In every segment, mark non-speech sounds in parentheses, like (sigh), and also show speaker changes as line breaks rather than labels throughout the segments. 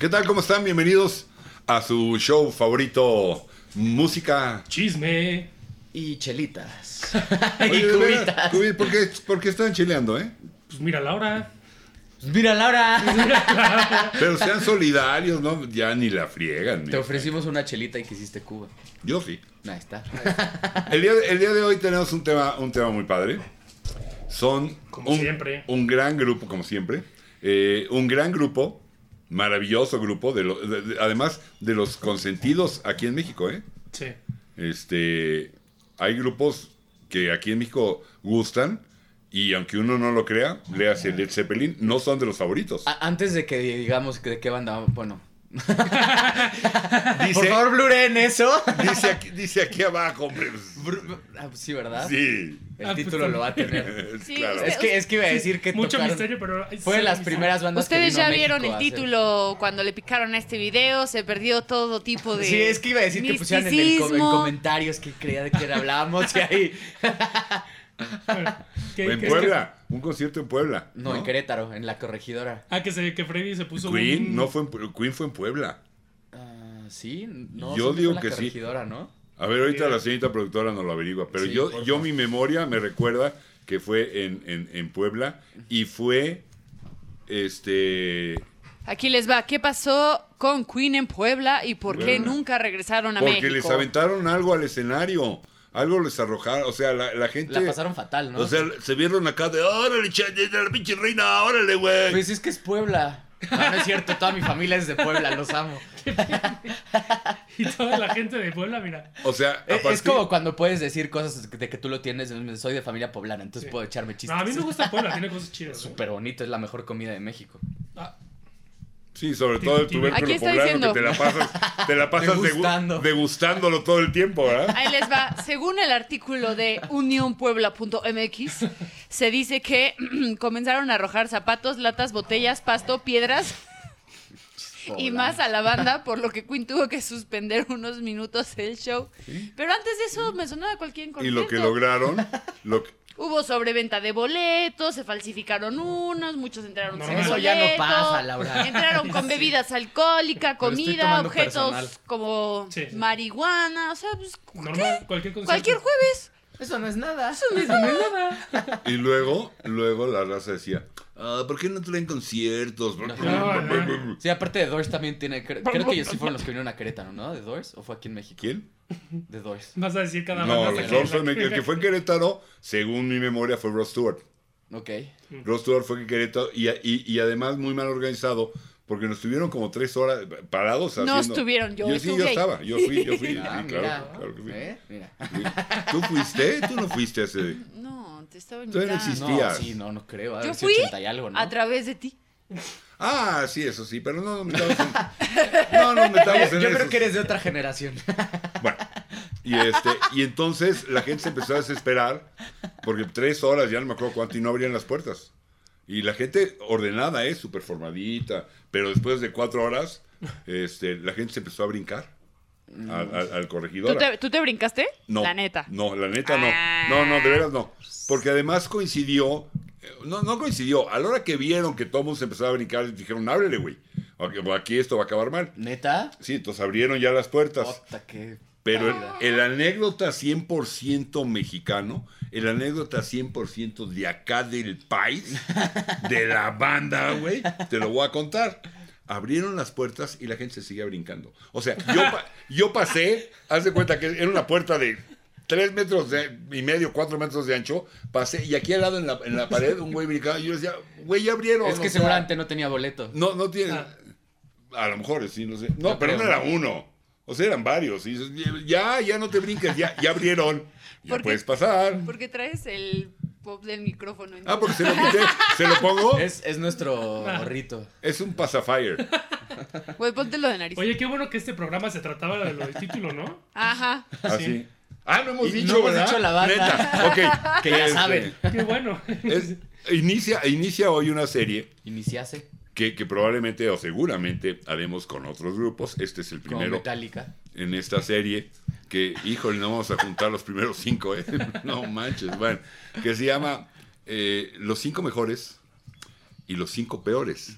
¿Qué tal? ¿Cómo están? Bienvenidos a su show favorito, música.
Chisme.
Y chelitas.
Oye,
y
de veras,
cubitas.
cubi- ¿por, qué, por qué están chileando, eh?
Pues mira la
(laughs)
hora.
Pues Mira, Laura.
Pero sean solidarios, ¿no? Ya ni la friegan.
(laughs) Te
mira.
ofrecimos una chelita y quisiste Cuba.
Yo sí.
Ahí está.
El día, de- el día de hoy tenemos un tema, un tema muy padre. Son
Como
un,
siempre.
un gran grupo, como siempre. Eh, un gran grupo, maravilloso grupo, de lo- de- de- además de los consentidos aquí en México, ¿eh?
Sí.
Este, hay grupos que aquí en México gustan y aunque uno no lo crea, le hace Led Zeppelin, no son de los favoritos.
A- antes de que digamos que de qué banda vamos- bueno.
Dice,
Por favor, bluren eso.
dice, aquí, dice aquí abajo, hombre.
Ah, pues sí, ¿verdad?
Sí,
El
Ah, pues
título
sí.
lo va
(laughs)
a tener.
Sí,
claro.
Es que, es que iba a decir que
Mucho
tocaron-
misterio, pero.
Fue de las primeras bandas
Ustedes
que vino
ya
a
vieron
México
el
a hacer-
título cuando le picaron a este video, se perdió todo tipo de.
Sí, es que iba a decir que pusieran en, el co- en
misticismo.
comentarios que creía de quién hablábamos
(laughs)
y ahí.
Que,
En
que-
Puebla, un concierto en Puebla.
No, en Querétaro, en la corregidora.
ah, que, se, que Freddy se puso.
Queen,
un-
no fue en, Pue- Queen fue en Puebla.
Ah, sí, no.
Yo
siempre fue
digo
la
que sí.
corregidora, ¿no?
A ver, ahorita
Mira.
la señorita productora nos lo averigua, pero
Sí,
yo,
porfa.
yo mi memoria me recuerda que fue en, en- en Puebla y fue este
Aquí les va. ¿Qué pasó con Queen en Puebla y por qué
Bueno.
nunca regresaron a
porque
México?
les aventaron algo al escenario, algo les arrojaron, o sea, la, la gente
La pasaron fatal, ¿no?
O sea, se vieron acá de órale, cha- de- de la pinche reina, órale, güey.
Pues es que es Puebla. No, no es cierto, toda mi familia es de Puebla,
(laughs)
los amo.
(laughs) Y toda la gente de Puebla, mira.
o sea, a
eh, Es, es
partir-
como cuando puedes decir cosas de que tú lo tienes, soy de familia poblana, entonces
Sí.
puedo echarme
No,
chistes.
a mí me gusta Puebla, tiene cosas chidas. ¿no?
Súper bonito, es la mejor comida de México.
Ah,
Sí, sobre todo el
Aquí
tubérculo
está
poblano
diciendo.
que te la pasas, te la pasas degu-
Degustando.
degustándolo todo el tiempo, ¿verdad?
Ahí les
(laughs)
va. Según el artículo de unionpuebla.mx, se dice que (clears throat) comenzaron a arrojar zapatos, latas, botellas, pasto, piedras y más a la banda, por lo que Queen tuvo que suspender unos minutos el show. Pero antes de eso me sonaba cualquier
Y
concierto.
lo que lograron, lo que-
Hubo sobreventa de boletos, se falsificaron unos, muchos entraron sin
Normal. Eso
ya no
boleto,
pasa, Laura. (laughs)
Entraron con bebidas alcohólicas,
Pero estoy
comida,
tomando
objetos
personal.
como
Sí.
marihuana, o sea, pues,
normal, cualquier
¿qué?
concierto.
cualquier jueves.
Eso no es nada.
y luego, luego la raza decía, "Ah, ¿por qué no traen conciertos?
No, no.
Sí, aparte de Doors también tiene. cre- Creo que ellos sí fueron los que vinieron a Querétaro, ¿no? ¿De Doors? ¿O fue aquí en México?
¿Quién?
De Doors.
Vas a decir cada banda.
No,
hasta
los
que-
Rolls Royce, el que fue en Querétaro, según mi memoria, fue Ross Stewart.
Ok.
Ross Stewart fue en Querétaro y, y- y además muy mal organizado porque nos tuvieron como tres horas parados haciendo...
No estuvieron, yo
sí,
estuve
yo
ahí.
estaba, yo fui, yo
(laughs)
fui,
Ah,
sí,
mira.
claro, claro que fui.
¿Eh? Mira.
¿Tú fuiste? ¿Tú no fuiste a ese?
No, te estaba
Todavía no
invitando.
existe.
No,
Tías.
sí, no, no creo. ha de
Yo
haber
fui
sido 80 y algo, ¿no?
A través de ti.
Ah, sí, eso sí, pero no nos metamos en, (laughs) no nos metamos en
(laughs) Yo creo
esos.
que eres de otra generación. (laughs)
Bueno, y, este, y entonces la gente se empezó a desesperar porque tres horas, ya no me acuerdo cuánto, y no abrían las puertas. Y la gente ordenada, ¿eh? Súper formadita, pero después de cuatro horas, este, la gente se empezó a brincar al, al- al corregidor.
¿Tú te, tú te brincaste?
No.
La neta.
No, la neta
Ah.
no. No, no, de veras no. Porque además coincidió. eh, No, no coincidió. A la hora que vieron que todo el mundo se empezaba a brincar, dijeron, ábrele, güey. Aquí- Aquí esto va a acabar mal.
¿Neta?
Sí, entonces abrieron ya las puertas.
Puta, qué
Pero el,
pálida.
el anécdota 100% mexicano, el anécdota 100% de acá del país, de la banda, güey, te lo voy a contar. Abrieron las puertas y la gente se seguía brincando. O sea, yo, pa- yo pasé, haz de cuenta que era una puerta de 3 metros de- y medio, 4 metros de ancho, pasé y aquí al lado en la, en la pared un güey brincando. Y yo decía, güey, ya abrieron.
Es
o
que
sea,
seguramente no tenía boleto.
no, no tiene.
Ah.
A lo mejor, sí, no sé. No,
No
pero
creo,
no era
¿no?
uno. O sea, eran varios. Y dices, ya, ya no te brinques, ya, ya abrieron. Ya
¿Por qué?
puedes pasar.
Porque traes el pop del micrófono.
Ah, porque se lo quité, se lo pongo. Es,
Es, es nuestro rito.
un pacifier. pues.
Güey, póntelo de
(laughs)
nariz.
Oye, qué bueno que este programa se trataba de lo del título,
(laughs)
¿no?
Ajá.
Así. Ah, no hemos
Y
dicho,
no hemos
¿verdad?
dicho la banda.
Neta. Ok.
Que ya
Este,
saben.
Qué bueno.
es- inicia, inicia hoy una serie
Iniciase
que, que probablemente o seguramente haremos con otros grupos. Este es el
con
primero
Metallica.
en esta serie que, híjole, no vamos a juntar los primeros cinco, ¿eh? (laughs) No manches, bueno, que se llama eh, Los cinco mejores y los cinco peores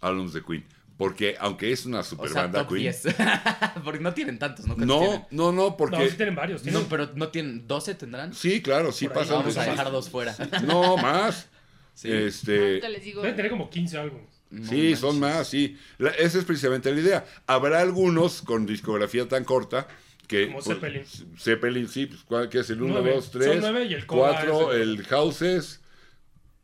álbumes de Queen. Porque aunque es una
O
super
sea,
banda
top
Queen.
10. (laughs) Porque no tienen tantos, ¿no? ¿Cuántos
No,
tienen?
no, no, porque.
No, sí tienen varios. Tienen...
No, pero no tienen. ¿12 tendrán?
Sí, claro, sí
Por ahí.
pasan.
Vamos a
de-
dejar dos fuera.
No, más.
Sí. Ah,
Este.
les digo.
Deben tener como 15 álbumes.
No
Sí, son
manches.
más, sí. La- esa es precisamente la idea. Habrá algunos con discografía tan corta que...
Como
pues,
Zeppelin.
Zeppelin, sí, pues, ¿cuál- ¿qué es el 1,
Nueve.
2,
Son
3?
nueve y el Coma
Cuatro,
es el-
el Houses,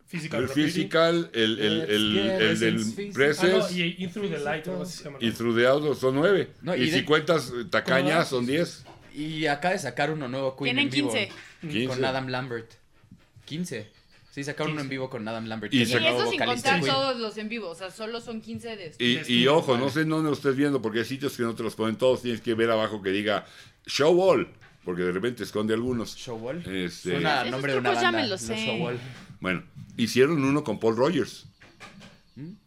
Física.
el Physical, el, el, el, el,
Let's get
del
this physical.
Ah, no,
Presses
y In Through the Light, o algo así se llama. ¿no?
y Through the Outdoor son nueve.
No,
y,
y de-
si cuentas eh, tacañas son 10.
Y acaba de sacar uno nuevo Queen
Tienen
en vivo.
15.
15.
Con Adam Lambert. 15. Sí, sacaron uno
15.
en vivo con Adam Lambert.
Y
que es
Y
se
el nuevo
eso sin
vocalista
contar
de Queen.
todos los en vivo, o sea, solo son 15 de estos.
Y,
Estoy
y
bien
ojo,
mal.
no sé en dónde lo estés viendo, porque hay sitios que no te los ponen todos, tienes que ver abajo que diga Show All, porque de repente esconde algunos.
Showwall.
Este-
Suena a
Esos
nombre de una
grupos
banda.
ya me lo
los
sé.
Showwall.
Bueno, hicieron uno con Paul Rogers,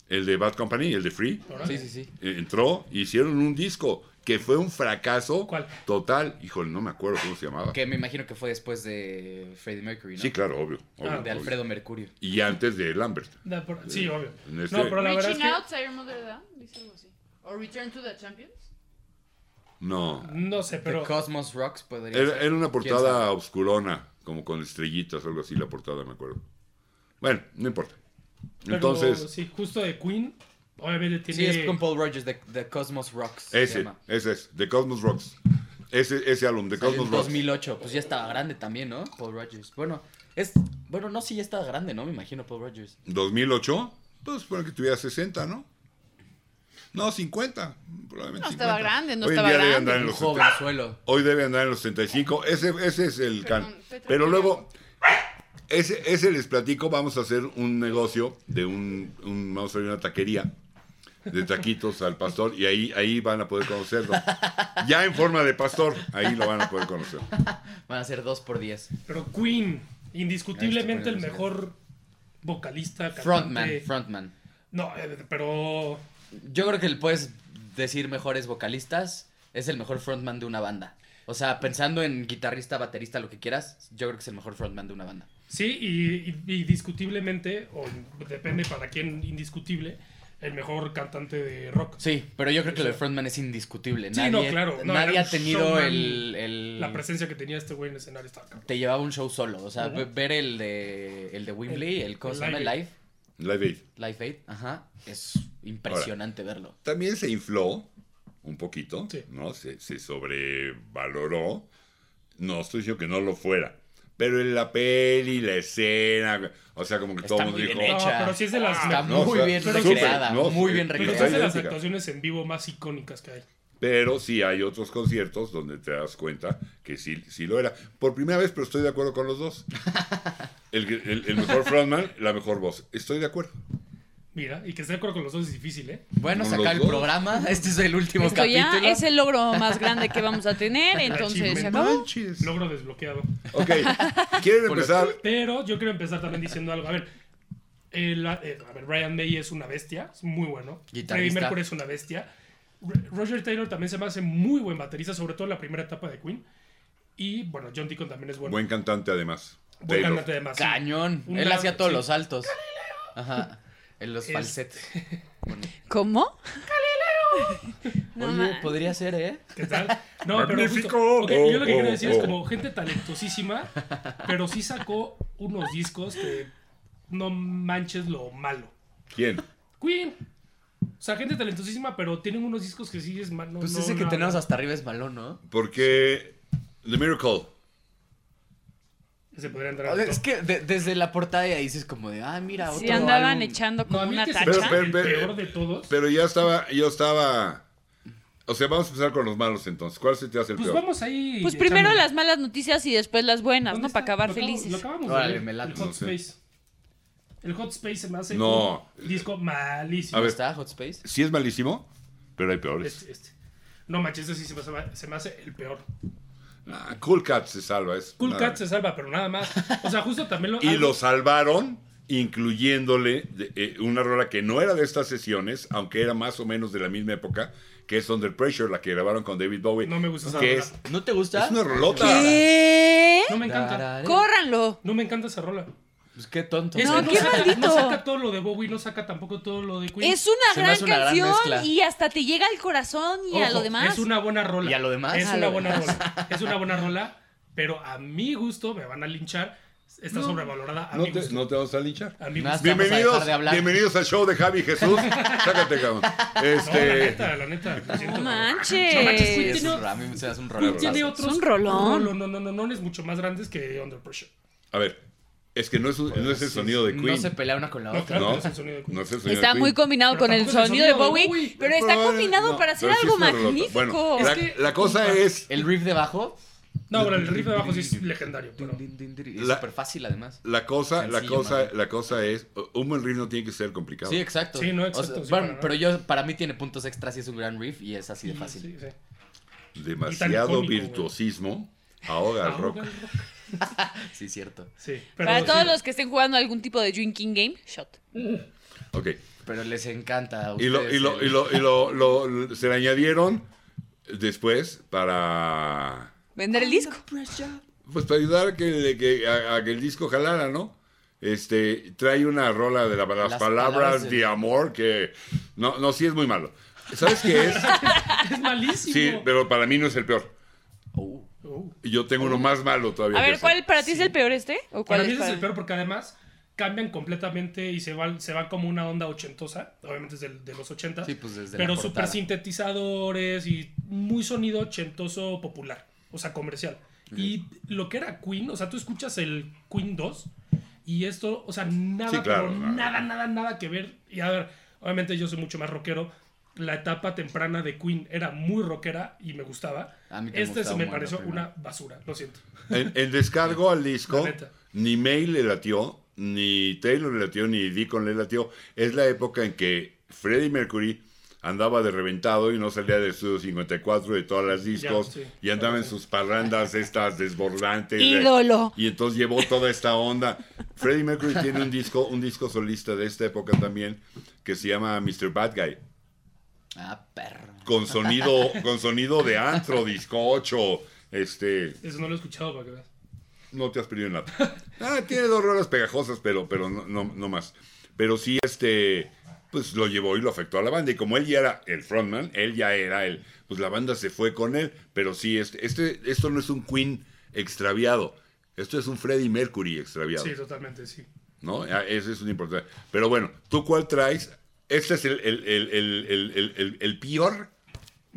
el de Bad Company, el de Free.
Órale.
Sí, sí, sí.
Eh, Entró, hicieron un disco que fue un fracaso
¿Cuál?
total. Híjole, no me acuerdo cómo se llamaba.
Que me imagino que fue después de Freddie Mercury, ¿no?
Sí, claro, obvio. obvio,
Ah,
De
obvio.
Alfredo Mercurio.
Y antes de Lambert.
Da por- Sí, obvio.
En este-
No, pero la verdad es
Reaching
que...
Out, Iron Mother Down, dice algo así. O Return to the Champions.
No.
No sé, pero...
The Cosmos Rocks podría
Era,
ser.
era una
Ah, ¿Quién sabe?
portada obscurona, como con estrellitas o algo así, la portada, me acuerdo. Bueno, no importa.
pero
Entonces,
Sí, justo de Queen, obviamente tiene...
Sí, es con Paul Rogers, The, The Cosmos Rocks. se
ese,
llama.
ese es, The Cosmos Rocks. Ese, ese álbum, The
Salió en
Cosmos Rocks.
2008, pues ya estaba grande también, ¿no? Paul Rogers. Bueno, es bueno, no sí ya estaba grande, ¿no? Me imagino Paul Rogers.
2008, pues para que tuviera 60, ¿no? No, 50, probablemente.
No estaba
50.
grande, no
Hoy en
estaba
día debe
grande.
andar en
Un
los
joven
70.
suelo.
Hoy debe andar en los 35. Ese, ese es el
Perdón,
can.
Petra,
Pero
¿qué
luego, ese, ese les platico, vamos a hacer un negocio de un, un- vamos a abrir una taquería de taquitos al pastor y ahí, ahí van a poder conocerlo. Ya en forma de pastor, ahí lo van a poder conocer.
Van a ser dos por diez.
Pero Queen, indiscutiblemente
Ahí
el
está
mejor vocalista, cantante...
Frontman, frontman.
No, eh, pero...
Yo creo que le puedes decir mejores vocalistas, es el mejor frontman de una banda. O sea, pensando en guitarrista, baterista, lo que quieras, yo creo que es el mejor frontman de una banda.
Sí, y, y- y discutiblemente, o depende para quién indiscutible, el mejor cantante de rock.
Sí, pero yo creo que lo de frontman es indiscutible.
Sí,
nadie,
no, claro, no,
nadie
era
ha
un
tenido
showman.
el, el-
La presencia que tenía este güey en el escenario estaba cabrón.
Te llevaba un show solo. O sea,
Ujú.
ve- ver el de, el de Wembley, el, ¿cómo
el
se llama?
Live Aid.
Live.
Live Aid.
Live Aid, ajá. Es impresionante verlo.
También se infló un poquito,
Sí.
¿no? Se, se sobrevaloró. No estoy diciendo que no lo fuera. Pero en la peli, la escena, o sea, como que
Está
todo el mundo
muy bien
dijo.
hecho.
No, pero sí es de las...
Está
no,
muy
o sea,
bien
pero sí-
recreada,
súper, no,
muy
sí,
bien
pero
Pero
está
esta es
recreada.
de las
idéntica.
actuaciones en vivo más icónicas que hay.
Pero sí hay otros conciertos donde te das cuenta que sí, sí lo era. Por primera vez, pero estoy de acuerdo con los
(laughs)
dos. El, el- el mejor frontman, la mejor voz. Estoy de acuerdo.
Mira, y que esté de acuerdo con los dos es difícil, ¿eh?
Bueno,
Con
se
los
acaba el
dos.
programa. (laughs) Este es el último
Esto ya
capítulo.
es el logro más grande que vamos a tener, entonces se
Achievement.
acabó.
Manches.
Logro desbloqueado.
Ok, ¿quieren
Por
empezar?
Pero yo quiero empezar también diciendo algo. A ver, eh, la- eh, a ver Brian May es una bestia, es muy bueno.
Guitarrista.
Freddie Mercury es una bestia. R- Roger Taylor también se me hace muy buen baterista, sobre todo en la primera etapa de Queen. Y bueno, John Deacon también es bueno.
Buen cantante, además.
Buen
Taylor.
cantante de más.
Cañón.
Una-
Él hacía todos
sí.
los saltos. Ajá. En los
Este-
falsetes.
(laughs)
¿Cómo? No
Oye,
manches.
podría ser, ¿eh?
¿Qué tal? No, pero
Magnífico.
justo, ok, yo lo que
Oh,
quiero
oh,
decir es
oh.
como gente talentosísima, pero sí sacó unos discos que no manches lo malo.
¿Quién?
Queen. O sea, gente talentosísima, pero tienen unos discos que sí es malo.
Pues
no,
ese que
no,
tenemos
no.
hasta arriba es malo, ¿no?
Porque The Miracle.
Se podría entrar.
O
al
sea,
top.
Es que de- desde la portada ya dices como de, ah, mira, otro
Si andaban
álbum".
echando
No, a
como
mí
una
que se
tacha.
Pero,
echa
pero,
el
pero-
peor de todos.
Pero ya estaba, yo estaba... O sea, vamos a empezar con los malos entonces. ¿Cuál se te hace el
Pues
peor?
vamos ahí.
Pues primero
echándole.
las malas noticias y después las buenas,
¿Dónde
¿no?
está?
Para acabar
Lo acabo- Lo
felices.
acabamos
Órale,
de ver,
me late.
El Hot
No sé.
Space. El Hot Space se me hace
No.
un disco malísimo.
A ver.
¿Está Hot Space?
Sí es malísimo, pero hay peores.
Este, este. No manches, ese sí se me, hace, se me hace el peor.
Ah, cool Cat se salva. Es
Cool
una-
Cat se salva, pero nada más. O sea, justo también lo.
Y
algo-
lo salvaron incluyéndole de- eh, una rola que no era de estas sesiones, aunque era más o menos de la misma época, que es Under Pressure, la que grabaron con David Bowie.
No me gusta esa
que
rola.
es,
¿No te gusta?
es una rolota.
¿Qué?
No me encanta.
Tarare.
¡Córranlo!
No me encanta esa rola.
Pues qué tonto.
Es
No,
que
qué
saca,
maldito.
no saca todo lo de Bowie, no saca tampoco todo lo de Queen.
Es una
Se me
gran
hace una gran
canción
mezcla.
y hasta te llega al corazón y a
Ojo,
lo demás.
Es una buena rola.
¿Y a lo demás?
Es
A
una
lo
buena rola. Es una buena rola, pero a mi gusto me van a linchar. Está sobrevalorada a
No
mi
te,
gusto.
no te vamos a linchar.
A mi gusto.
No, Vamos a dejar
Bienvenidos,
de hablar.
bienvenidos al show de Javi
(laughs)
Jesús. Sácate, cabrón.
No, la
Este,
neta, la neta. lo siento,
No
pero-
manches.
No manches,
Sí,
Queen
es
tiene,
un, a mí se me hace un
Queen
rollo.
tiene otros.
Es un rolón.
No, no, no, no, no, es mucho más grandes que Under Pressure.
a ver, es que no es, no
Pues
es el sonido de
No se
Queen.
pelea una con la
No,
otra.
claro.
Ah, No,
es el sonido de Queen.
no es el sonido
Está
de
muy
Queen.
combinado
Pero
con el
tampoco es el
sonido de
sonido
Bowie,
de Bowie.
pero está
No,
combinado
no,
para hacer
pero sí
algo
es una rolota.
magnífico.
Bueno, la,
Es que-
la cosa es,
El riff de bajo.
No, bueno, el riff de abajo sí es legendario. pero-
Es
La-
súper fácil, además.
la cosa, la
Sencillo,
cosa,
madre.
la cosa es, un buen ritmo tiene que ser complicado.
Sí, exacto.
Sí, no,
O
exacto,
sea,
sí,
bueno,
para nada.
pero yo, para mí tiene puntos extras y es un gran riff y es así de
Sí,
fácil.
sí.
Demasiado
cómico, güey.
virtuosismo ahoga
Ah,
al rock.
Sí, cierto.
Sí, pero
Para
sí.
todos los que estén jugando algún tipo de drinking game, shot.
Ok.
Pero les encanta a
Y lo, y lo,
ustedes eh.
y lo, y lo, lo- lo- se le añadieron después para,
Vender el disco.
pues para ayudar a que, que- a, a que el disco jalara, ¿no? Este, trae una rola de la- las,
Las
palabras,
palabras de-
de amor que, no, no, sí es muy malo. ¿Sabes qué es?
Es malísimo.
Sí, pero para mí no es el peor.
Uh,
Oh.
Yo tengo uno más malo todavía.
A
que
ver,
ese.
¿cuál para ti es el peor este? ¿O cuál
Para mí ese
es
es
para-
el peor porque además cambian completamente y se va, se va como una onda ochentosa. Obviamente es del- de los ochentas.
Sí, pues desde la
Pero
portada.
super sintetizadores y muy sonido ochentoso popular. O sea, comercial. Y lo que era Queen, o sea, tú escuchas el Queen 2 y esto, o sea, nada,
Sí, claro,
pero
claro.
nada, nada, nada que ver. Y a ver, obviamente yo soy mucho más rockero. La etapa temprana de Queen era muy rockera y me gustaba.
A mí también me
este
gustaba
se
un
me
buen la
pareció
primera.
una basura, lo siento.
En, en descargo al
La
disco,
neta.
ni May le latió, ni Taylor le latió, ni Deacon le latió. Es la época en que Freddie Mercury andaba de reventado y no salía del estudio 54 de todas las
Ya,
discos
sí.
y andaba en sus parrandas estas desbordantes. de-
Ídolo.
y entonces llevó toda esta onda. Freddie Mercury tiene un disco, un disco solista de esta época también que se llama Mr. Bad Guy
ah, perro.
con sonido con sonido de antro, discocho, este
Eso no lo he escuchado para que veas.
No te has perdido nada. Ah, tiene dos rolas pegajosas, pero, pero no, no, no más. Pero sí, este, pues lo llevó y lo afectó a la banda. Y como él ya era el frontman, él ya era él, pues la banda se fue con él. Pero sí, este, este, esto no es un Queen extraviado. Esto es un Freddie Mercury extraviado.
Sí, totalmente, sí. (laughs)
¿No? Ah, Ese es un importante. Pero bueno, ¿tú cuál traes? Este es el, el, el, el, el, el, el- el peor.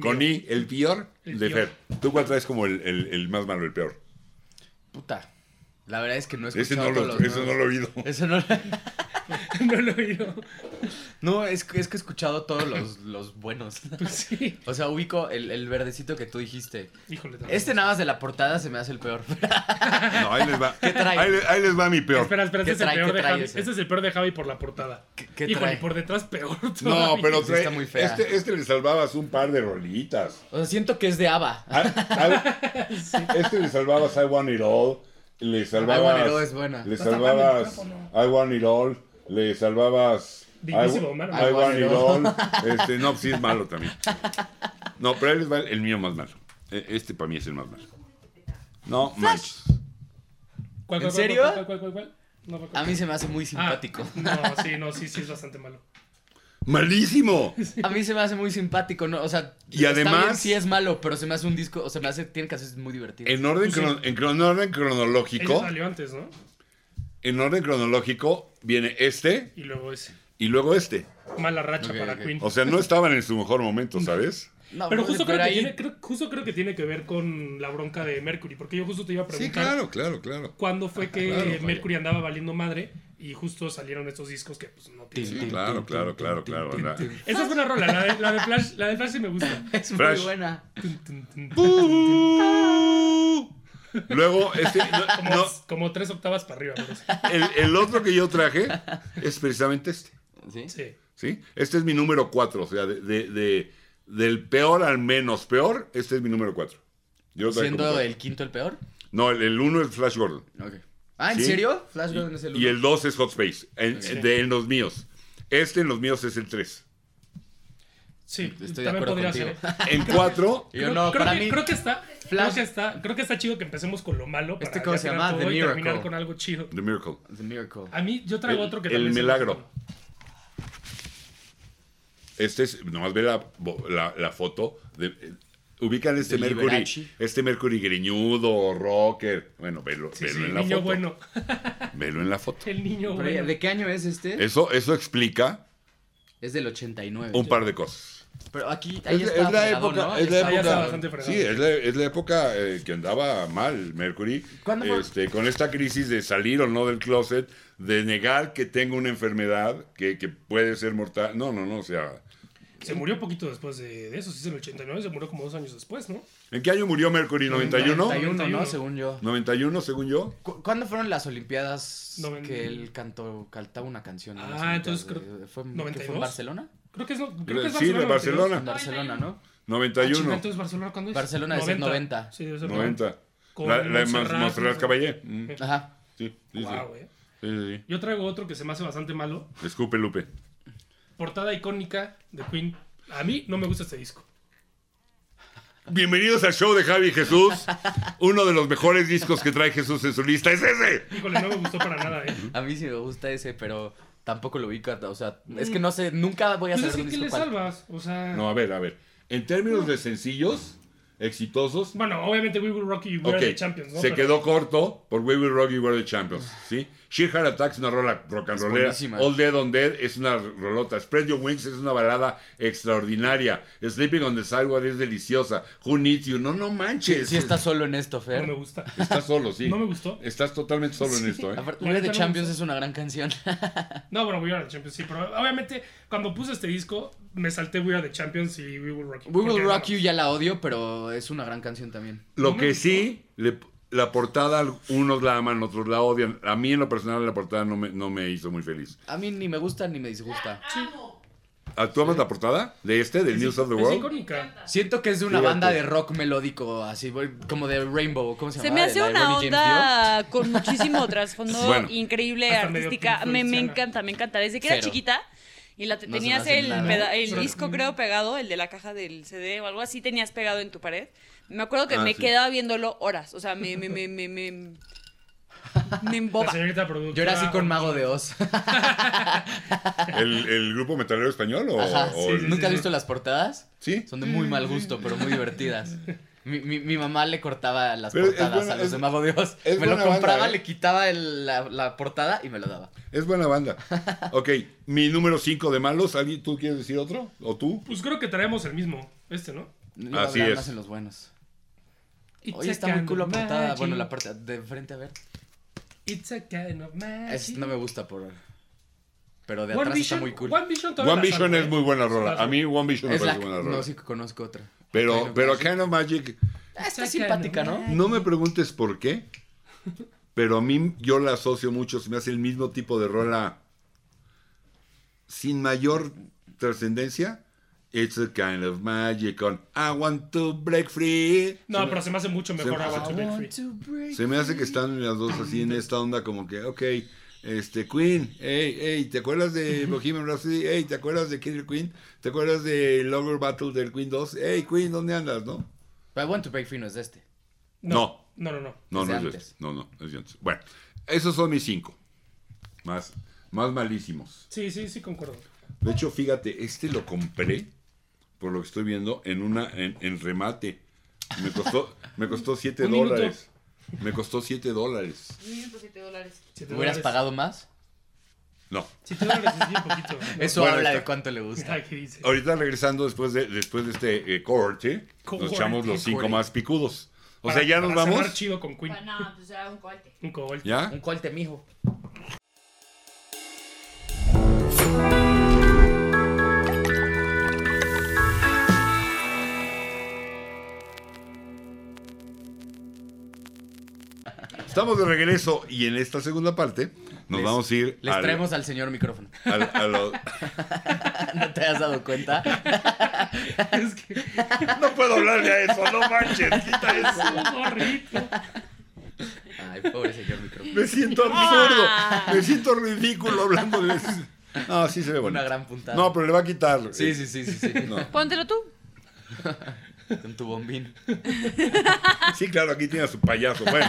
Con I, el peor
El
de
peor.
Fer. ¿Tú cuál traes como el, el- el más malo, el peor? Puta.
La verdad es que no he
Ese
escuchado
no lo,
todos los
ese no
nuevos.
lo he oído.
(laughs) Eso no
no lo he oído.
No, es, que- es que he escuchado todos los, los buenos. (laughs)
Pues sí.
O sea, ubico el, el verdecito que tú dijiste.
Híjole. también.
Este nada más de la portada se me hace el peor.
No, ahí les va.
¿Qué trae?
Ahí, le- ahí les va mi peor.
Espera, espera,
¿Qué
este es el
trae-
peor
qué
de
trae
Javi.
ese?
Este es el peor de Javi por la portada.
¿Qué- qué
Híjole,
trae?
y por detrás peor.
No,
todavía.
pero
Sí,
trae-
está muy fea.
Este, este le salvabas un par de rolitas.
O sea, siento que es de ABBA.
Al- al- Ah, Este le salvabas I Want It All. Le salvabas.
I Want It All es buena.
Le
Está tapando
salvabas
el
I Want It All. Le salvabas. I,
Dignísimo,
Wa-
hermano.
I Want It All. Este, no, sí es malo también. No, pero ahí les va el- el mío más malo. E- Este para mí es el más malo. No, manches.
¿Cuál, cuál,
¿En
cuál,
serio?
cuál, cuál, cuál, cuál? No, cuál, cuál.
A mí se me hace muy
Ah,
simpático.
no, sí, no, sí, sí, es bastante malo.
Malísimo.
Ah.
A mí se me hace muy simpático, ¿no? O sea,
Y
está
además-
bien, sí es malo, pero se me hace un disco. O sea, me hace. Tiene canciones muy divertidas.
En orden,
Sí.
cron- en cron- orden
Ella
cronológico.
salió antes, ¿no?
En orden cronológico viene este
Y luego ese.
y luego este.
Mala racha
Ok,
para
ok.
Queen.
O sea, no estaban en su mejor momento, ¿sabes?
No,
pero justo, creo
ahí-
que
(laughs)
tiene, creo- justo creo que tiene que ver con la bronca de Mercury. Porque yo justo te iba a preguntar.
Sí, claro, claro, claro.
Cuándo
Ah,
fue que
Claro, vaya.
Mercury andaba valiendo madre y justo salieron estos discos que pues no tienen.
Tin, tin,
claro,
tin,
claro,
tin,
claro,
tin,
claro,
tin,
¿verdad?
tin.
Esa es buena rola, la de, la de Flash, la de Flash sí me gusta.
Es
Flash.
muy buena.
Tun, tun, tun.
Luego,
(laughs)
este, no,
Como,
no,
como tres octavas para arriba, pero sí.
el, el otro que yo traje es precisamente este.
¿Sí?
Sí.
¿sí? Este es mi número 4, o sea, de, de- de- del peor al menos peor, este es mi número 4.
Siendo el quinto el peor.
No, el, el uno es Flash Gordon.
Ok. Ah, ¿en
Sí.
serio? Flash Gordon es el
Y
uno.
el 2 es Hot Space, en, de, en los míos. Este en los míos es el 3.
Sí,
Estoy de
también
acuerdo
podría
contigo.
ser. ¿eh?
En 4,
Y yo no, (laughs)
creo,
para
que,
mí.
creo que está. Creo
Flash.
que, está, creo que está chido que empecemos con lo malo para
¿Este cómo se
ya
llama?
tirar
The
todo y terminar
Miracle.
con algo chido.
The Miracle.
The Miracle.
A mí, yo traigo
El-
otro que
el
también se me
milagro.
gustó.
Este es, nomás ve la, bo- la, la foto. De, eh, ubican este
De
Mercury.
Liberace.
Este Mercury greñudo, rocker. Bueno, velo,
Sí,
velo
sí,
en
el
la
niño
foto.
bueno. (laughs)
Velo en la foto.
El niño
Pero ya,
bueno.
¿De qué año es este?
Eso, eso explica
Es del 89.
un par de cosas.
Pero aquí ahí
Oh. Es-
está
es la
fregado,
época-
¿no?
es la
Está-
ya
época-
está bastante fregado.
Sí, es la, es la época eh, que andaba mal Mercury.
¿Cuándo fue?
Este, con esta crisis de salir o no del closet, de negar que tengo una enfermedad que, que puede ser mortal. No, no, no, o sea.
Se murió poquito después de de eso, sí, es el 89, se murió como dos años después, ¿no?
¿En qué año murió Mercury? ¿91?
91, ¿no?
91.
Según yo.
91, según yo.
Ah,
¿Cu- ¿Cuándo fueron las Olimpiadas
Noven-
que él cantó, cantaba una canción? en las
Ah,
Olimpiadas
entonces creo-
de- ¿Fue, en- qué fue en
92?
Barcelona?
Creo que es, no, creo que es
Sí, de
En
Barcelona.
Barcelona, ¿no?
Ah, chinga,
91.
entonces Barcelona, ¿cuándo es?
Barcelona es el 90.
Sí, debe ser
90.
Con
la la de Mas-
Montserrat,
Montserrat
¿no?
Caballé. Mm,
Sí.
Ajá.
Sí, sí, sí.
Guau, eh.
Sí, sí,
Yo traigo otro que se me hace bastante malo.
sí. Escupe, Lupe.
Portada icónica de Queen. A mí no me gusta este disco.
Bienvenidos al show de Javi Jesús. Uno de los mejores discos que trae Jesús en su lista es ese.
Híjole, no me gustó para nada, ¿eh?
A mí sí me gusta ese, pero tampoco lo ubico. O sea, es que no sé, nunca voy a
Pues
saber
es que
un
Mm. ¿qué
disco
le
cuál.
salvas? O sea...
No, a ver, a ver. En términos de sencillos, exitosos,
Bueno, obviamente We Will Rock You, We Are
ok,
the Champions, ¿no?
se
Pero-
quedó corto por We Will Rock You Were the Champions, ¿sí? Sheer Heart Attack es una rola rock and
Es
rollera.
buenísima.
All Dead on Dead es una rolota. Spread Your Wings es una balada extraordinaria. Sleeping on the Sidewalk es deliciosa. Who Needs You, no, no manches.
Sí está solo en esto, Fer.
No me gusta.
Estás solo, sí.
No me gustó.
Estás totalmente solo en esto, ¿eh?
Aparte,
La neta
de
no me
Champions
gusta.
es una gran canción.
No, bueno, We Are the Champions, sí, pero obviamente cuando puse este disco me salté We Are the Champions y We Will Rock You.
We Will
(laughs) porque,
Rock
no,
You ya la odio, pero es una gran canción también.
Lo que sí, le- la portada, unos la aman, otros la odian. A mí en lo personal la portada no me, no me hizo muy feliz.
A mí ni me gusta ni me disgusta.
¿Ah, ¿Tú amas la portada de este, del
es-
News of the
es
World?
icónica.
Siento que es de una
Fíjate.
banda de rock melódico, así, voy- como de Rainbow, ¿cómo se llama?
Se me hace una onda
(laughs)
con muchísimo trasfondo
Bueno.
increíble,
Hasta medio
artística. Me, me
influenciana.
encanta, me encanta. Desde que era
Cero.
chiquita y la te-
No se me
tenías
hace
el,
nada. Mm.
peda- el
Pero-
disco, creo, pegado, el de la caja del CD o algo así, tenías pegado en tu pared. Me acuerdo que
Ah,
me
sí.
quedaba viéndolo horas. O sea, me, me, me, me, me, me
La
emboba.
señorita productora.
Yo era así con Mago de Oz.
¿El, el grupo metalero español o,
Ajá,
o
sí,
el-
sí,
¿Nunca has
sí.
visto las portadas?
Sí.
Son de muy mal gusto, pero muy divertidas. Mi, mi- mi mamá le cortaba las
Pero es
portadas
buena-
a los
es-
de Mago Dios.
es
Me lo
buena banda,
compraba,
¿eh?
le quitaba el- la, la portada y me lo daba.
Es buena
(laughs)
banda. Ok, mi número 5 de malos. ¿Alguien, ¿Tú quieres decir otro? ¿O tú?
Pues creo que traemos el mismo, este, ¿no?
No iba a
Así
hablar
es.
más en los buenos. Oye, está muy cool la portada. Bueno, la parte de frente, a ver.
It's a kind of magic.
Es- no me gusta por... Pero de
One
atrás
Vision-
está muy cool.
One Vision, todavía
One
la
Vision
salvo,
es
¿eh?
muy buena rola.
Está
A mí One Vision me
es la...
parece buena
No,
rola.
sí que conozco otra. Kind
Pero,
of
pero
Magic.
Kind of Magic,
Ah, está
Está
simpática,
cañón.
¿no?
no me preguntes por qué, pero a mí yo la asocio mucho. Se me hace el mismo tipo de rola sin mayor trascendencia. It's a kind of magic con I want to break free.
No, pero se me hace mucho
se
mejor
me-
a Want to Break Free.
Se me hace que están las dos así en esta onda como que, ok, este, Queen, hey, hey, ¿te acuerdas de Bohemian Rhapsody? Hey, ¿te acuerdas de Killer Queen? ¿Te acuerdas de Lover Battle del Queen 2? Hey, Queen, ¿dónde andas, no?
But I Want to Break Free no es de este.
No. No, no, no.
No, no
Es de
es de
antes.
este. No, no, es de antes. Bueno, esos son mis cinco. Más, más malísimos.
Sí, sí, sí, concuerdo.
De hecho, fíjate, este lo compré, por lo que estoy viendo, en una, en, en remate. Me
(laughs)
costó, me costó 7
Un minuto.
dólares. Me costó 7 dólares.
pues,
Si te
¿Me hubieras pagado más?
No,
Si te dólares es bien poquito.
(laughs)
¿no?
Eso
Bueno,
habla
está.
de cuánto le gusta.
Ay, ¿qué dice?
Ahorita regresando después de, después de este eh, cohorte, nos
Cohorte,
echamos los cinco
cohorte.
más picudos. O
Para-
sea, ya nos
para cerrar
vamos.
chido con Queen.
No, pues era un cohete.
Un cobalt.
¿Ya?
Un colte, mijo.
Estamos de regreso y en esta segunda parte nos
Les-
vamos a ir
Les
al-
traemos al señor micrófono.
al- a lo-
¿No (laughs) te has dado cuenta?
Es que es
No puedo hablarle a eso, no manches, quita eso.
un gorrito.
Ay, pobre señor micrófono.
Me siento absurdo,
Ah.
me siento ridículo hablando de eso. No, sí se ve bonito.
Una gran
(laughs)
puntada.
No, pero le va a quitar.
(laughs) Sí, sí, sí, sí, sí.
No.
Póntelo tú.
Con tu bombín.
Eh, Sí, claro, aquí tiene a su payaso. Bueno,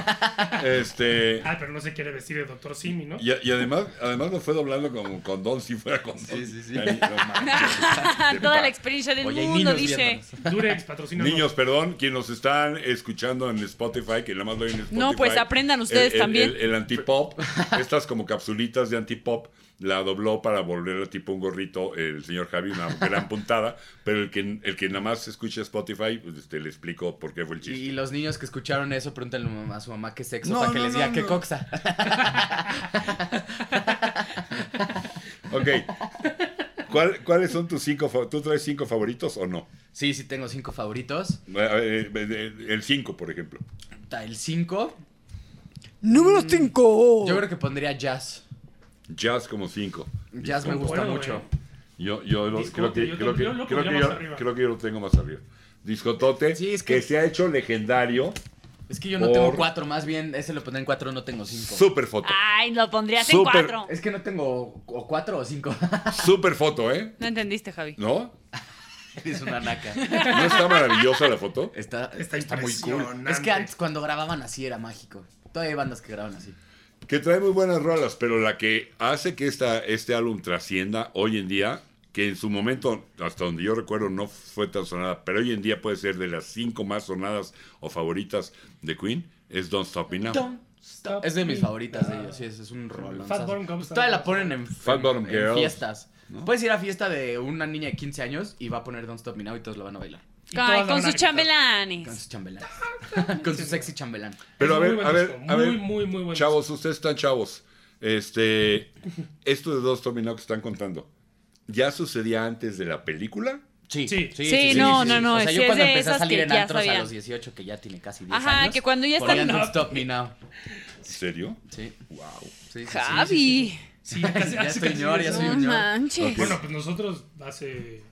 este.
Ah, pero no se quiere vestir de Doctor Simi, ¿no?
Y, y además, además lo fue doblando como con Don si fuera con Don.
Sí, sí, sí.
Ay, no manches.
(laughs) Toda la experiencia del
Oye, hay
mundo,
niños
dice.
viéndonos.
Durex, patrocina.
Niños, perdón, quien nos están escuchando en Spotify, que nada más lo oyen en Spotify.
No, pues, aprendan
el-
ustedes
el-
también.
El, el antipop, estas como capsulitas de antipop, la dobló para volverla tipo un gorrito el señor Javi,
(laughs)
una gran puntada, pero el que, el que nada más escucha Spotify, pues, este, le explico por qué fue el chiste.
Y los niños que escucharon eso, pregúntenle a mamá- a su mamá qué sexo
No,
para que
no,
les
no,
diga
no.
qué coxa.
Ok. ¿Cuál- ¿Cuáles son tus cinco fa- ¿Tú traes cinco favoritos o no?
Sí, sí tengo cinco favoritos.
A ver, eh, eh, El cinco, por ejemplo.
Ta- El cinco, Mm,
Número 5.
yo creo que pondría jazz.
Jazz como cinco.
Jazz me gusta
Bueno,
mucho.
eh.
Yo, yo lo- creo
Discote,
que
yo
creo
te-
que
yo lo
creo que
pondría más
yo
arriba.
creo que yo lo tengo más arriba. Discotote
Sí, es
que...
que-
se ha hecho legendario,
Es que yo no
Por-
tengo cuatro, más bien ese lo pondré en cuatro, no tengo cinco.
super foto.
Ay, lo pondrías en
Súper.
cuatro.
Es que no tengo o cuatro
(laughs)
o cinco.
Super foto, ¿eh?
No entendiste, Javi.
¿No?
Eres una naca.
¿No está maravillosa la foto?
Está,
Está
muy cool.
impresionante.
Es que antes cuando grababan así era mágico. Todavía hay bandas que graban así.
Que trae muy buenas rolas, pero la que hace que esta, este álbum trascienda hoy en día, que en su momento, hasta donde yo recuerdo, no fue tan sonada, pero hoy en día puede ser de las cinco más sonadas o favoritas de Queen, es Don't Stop Me Now.
Stop
Es de mis
me
favoritas de
now.
ellos, sí, es, es un rolón.
Ah. Fat Bottom Girls.
Todavía la ponen en,
Fat
en-
Bottom
en
Girls,
fiestas. Puedes ir a fiesta de una niña de 15 años y va a poner Don't Stop Me Now y todos lo van a bailar.
Y todas
Ay,
la
con
van a gritar.
sus
Con
chambelanes.
sus chambelanes. Con su sexy chambelán.
Pero a
Es muy
ver,
buen
a ver,
disco,
a ver,
muy, muy, muy buen
chavos, ustedes están chavos. Este, esto de dos terminados que están contando, ¿ya sucedía antes de la película?
Sí,
Sí.
Sí, no, no, no,
O sea,
sí,
yo
es
cuando
de
empecé a
esas
salir
que
en
ya
antros a
sabían.
los 18, que ya tiene casi 10
Ajá,
años.
que cuando ya
ponían
están-
Don't Stop Me (laughs) Now.
¿Serio?
Sí.
Wow.
sí, sí, sí,
Javi.
sí, sí.
Sí, (laughs) casi- casi-
Ya estoy
casi
señor, ya
eso.
soy
No
un-
manches.
Bueno, pues nosotros hace.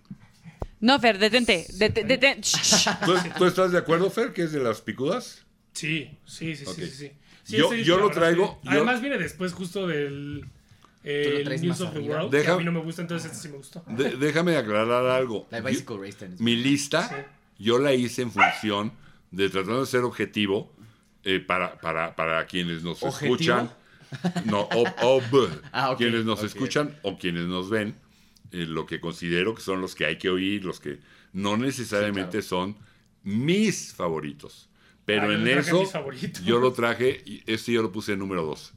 No, Fer, detente. dete- deten- Shh, shh.
¿Tú, tú estás de acuerdo, Fer, que es de las picudas?
Sí, sí, sí, sí,
Ok.
sí, sí. Sí,
Yo-
ese
yo
la
lo
verdad,
traigo-
sí.
yo-
Además, viene después justo del. eh,
Tú lo traes
News
más
of the
arriba.
World. que
Deja-
a mí no me gusta, entonces este sí me gustó.
De- déjame aclarar algo.
La de Bicycle Race Tennis.
Mi lista yo la hice en función de tratando de ser objetivo eh, para, para, para quienes nos
¿Objetivo?
escuchan. No, ob,
(laughs)
ob.
Ah, ok,
quienes nos
ok.
escuchan o quienes nos ven, eh, lo que considero que son los que hay que oír, los que no necesariamente son mis favoritos. Pero
Ah, yo
en
no traje
eso
mis favoritos.
yo lo traje, y este yo lo puse en número 2.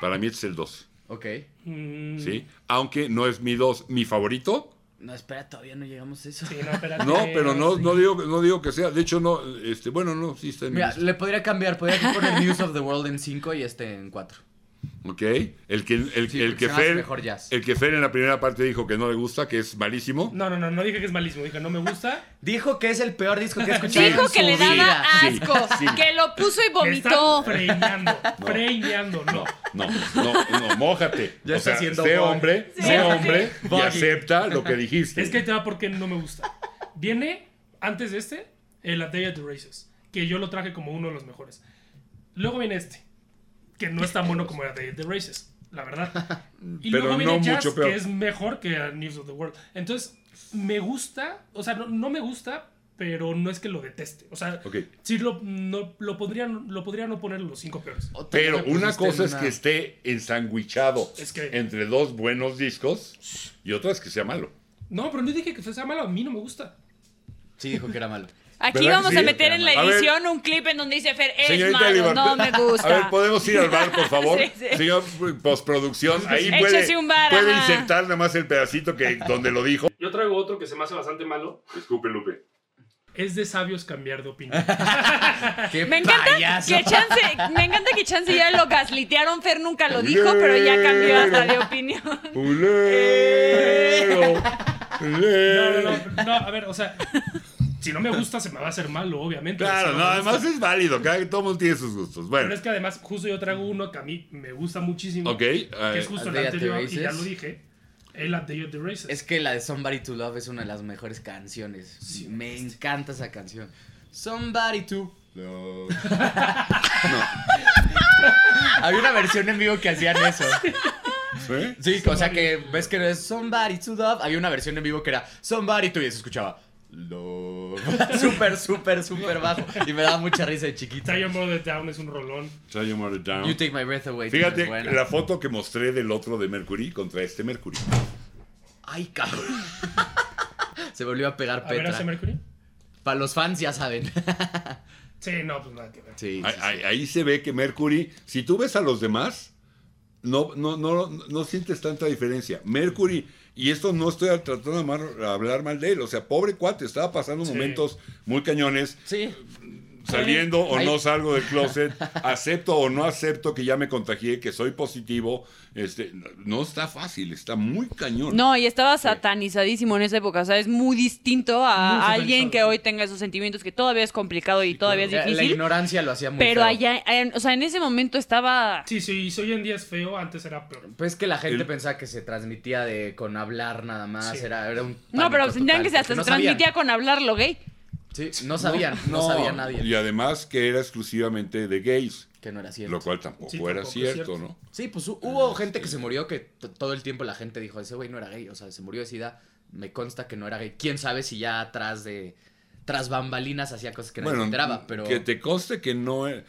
Para mí este es el 2,
Ok.
Mm,
¿sí? Aunque no es mi 2, mi favorito,
No, espera, todavía no llegamos a eso.
sí, no, espérate.
No,
Ah,
pero no, no digo, no digo que sea. De hecho, no, este, bueno, no, sí está en mi
Mira,
lista.
le podría cambiar, podría aquí
(laughs)
poner News of the World en 5 y este en 4.
Ok. El que, el,
Sí,
el
porque
que
se me hace
Fer,
mejor jazz.
el que Fer en la primera parte dijo que no le gusta, que es malísimo.
No, no, no, no dije que es malísimo, dije no me gusta.
Dijo que es el peor disco que he escuchado.
Dijo
en
que
su
le daba
vida.
Sí,
asco.
sí.
Que lo puso y
Me está
vomitó.
preñando, preñando,
(laughs) No,
no.
no, no, no, mójate.
(laughs) Ya
o
está
sea,
siendo
sé
boy.
hombre,
Sí.
sé
Mójate.
hombre y
Body.
acepta lo que
(laughs)
dijiste.
Es que ahí te va porque no me gusta. (laughs) Viene antes de este, el A Day at the Races, que yo lo traje como uno de los mejores. Luego viene este, que no es tan bueno como el A Day at the Races, la verdad.
(laughs)
Y
Pero
luego
no
viene Jazz,
mucho peor.
que es mejor que a News of the World. Entonces, me gusta, o sea, no, no me gusta, pero no es que lo deteste. O sea,
Ok.
sí lo, no, lo, podría, lo podría no poner en los cinco peores.
Otra
Pero
vez me
una
pusiste
cosa es
en
que
una-
esté ensanguichado
Es que-
entre dos buenos discos y otra es que sea malo.
No, pero no dije que sea malo, a mí no me gusta.
Sí, dijo que era
(laughs)
malo.
Aquí
¿Verdad que
vamos
sí?
a meter en la
A ver.
edición un clip en donde dice Fer, es
Señorita
malo,
Olivar,
no me
A
gusta.
ver, ¿podemos ir al bar, por favor?
(laughs) Sí, sí.
Señor postproducción, ahí
Échese
puede,
un bar,
puede
ajá.
insertar nada más el pedacito que donde lo dijo.
Yo traigo otro que se me hace bastante malo.
Disculpe, Lupe.
Es de sabios cambiar de opinión.
¡Qué
Me encanta
payaso!
que Chance, me encanta que Chance ya lo gaslitearon, Fer nunca lo dijo, pero ya cambió hasta de opinión. Eh.
¡Ulero!
No,
¡Ulero!
no, no, no, a ver, o sea, si no me gusta se me va a hacer malo, obviamente.
Claro,
Si
no,
me
además
gusta.
es válido, cada todo mundo tiene sus gustos.
Pero
Bueno,
es que además justo yo traigo uno que a mí me gusta muchísimo.
ok.
Que
eh,
es justo
A
el
Day at the
anterior, y ya
Races.
lo dije. El At Day of the Races.
Es que la de Somebody to Love es una de las mejores canciones.
Sí,
me encanta esa canción. Somebody to
no.
Había una versión en vivo que hacían eso.
¿Eh?
Sí, o sea que ves que no es Somebody to Love. (laughs) Había una versión en vivo que era Somebody to y se escuchaba
Love.
Súper, súper, súper bajo. Y me daba mucha risa de chiquita.
Zion Brother Down es un rolón.
Try Your Mother Down.
You take my breath away.
Fíjate
es buena.
la foto que mostré del otro de Mercury contra este Mercury.
Ay, cabrón. (laughs) Se volvió a pegar
A ver,
Petra.
¿hace Mercury?
Para los fans ya saben. (laughs) Sí,
Sí, no, pues nada que ver.
sí,
Ahí,
sí.
ahí- ahí se ve que Mercury, si tú ves a los demás, no, no, no, no sientes tanta diferencia. Mercury, y esto no estoy tratando de amar- hablar mal de él, o sea, pobre cuate, estaba pasando
Sí.
momentos muy cañones,
Sí.
saliendo o
Ahí-
no salgo del closet, acepto o no acepto que ya me contagié, que soy positivo. Este, no está fácil, está muy cañón.
No, y estaba satanizadísimo en esa época. O sea, es muy distinto a
Muy
alguien
satanizado,
que
sí.
hoy tenga esos sentimientos que todavía es complicado y todavía
La,
es
la
difícil.
ignorancia lo hacía muy
Pero
feo.
allá, en- o sea, en ese momento estaba.
Sí, sí, si hoy en día es feo, antes era peor.
Pues que la gente
El-
pensaba que se transmitía de con hablar nada más.
Sí.
Era, era un. pánico
No, pero sentían
total,
que se hasta
porque no
se
sabían.
transmitía con hablarlo gay.
Sí, no sabían, no, sabía nadie
Y además que era exclusivamente de gays,
que no era cierto.
lo cual tampoco
Sí,
era
tampoco es
cierto,
cierto.
¿no?
Sí, pues hu- hubo gente que se murió que t- todo el tiempo la gente dijo, ese güey no era gay, o sea, se murió de sida, me consta que no era gay. ¿Quién sabe si ya atrás de... Tras bambalinas hacía cosas que no se enteraba, pero...
Que te conste que no era-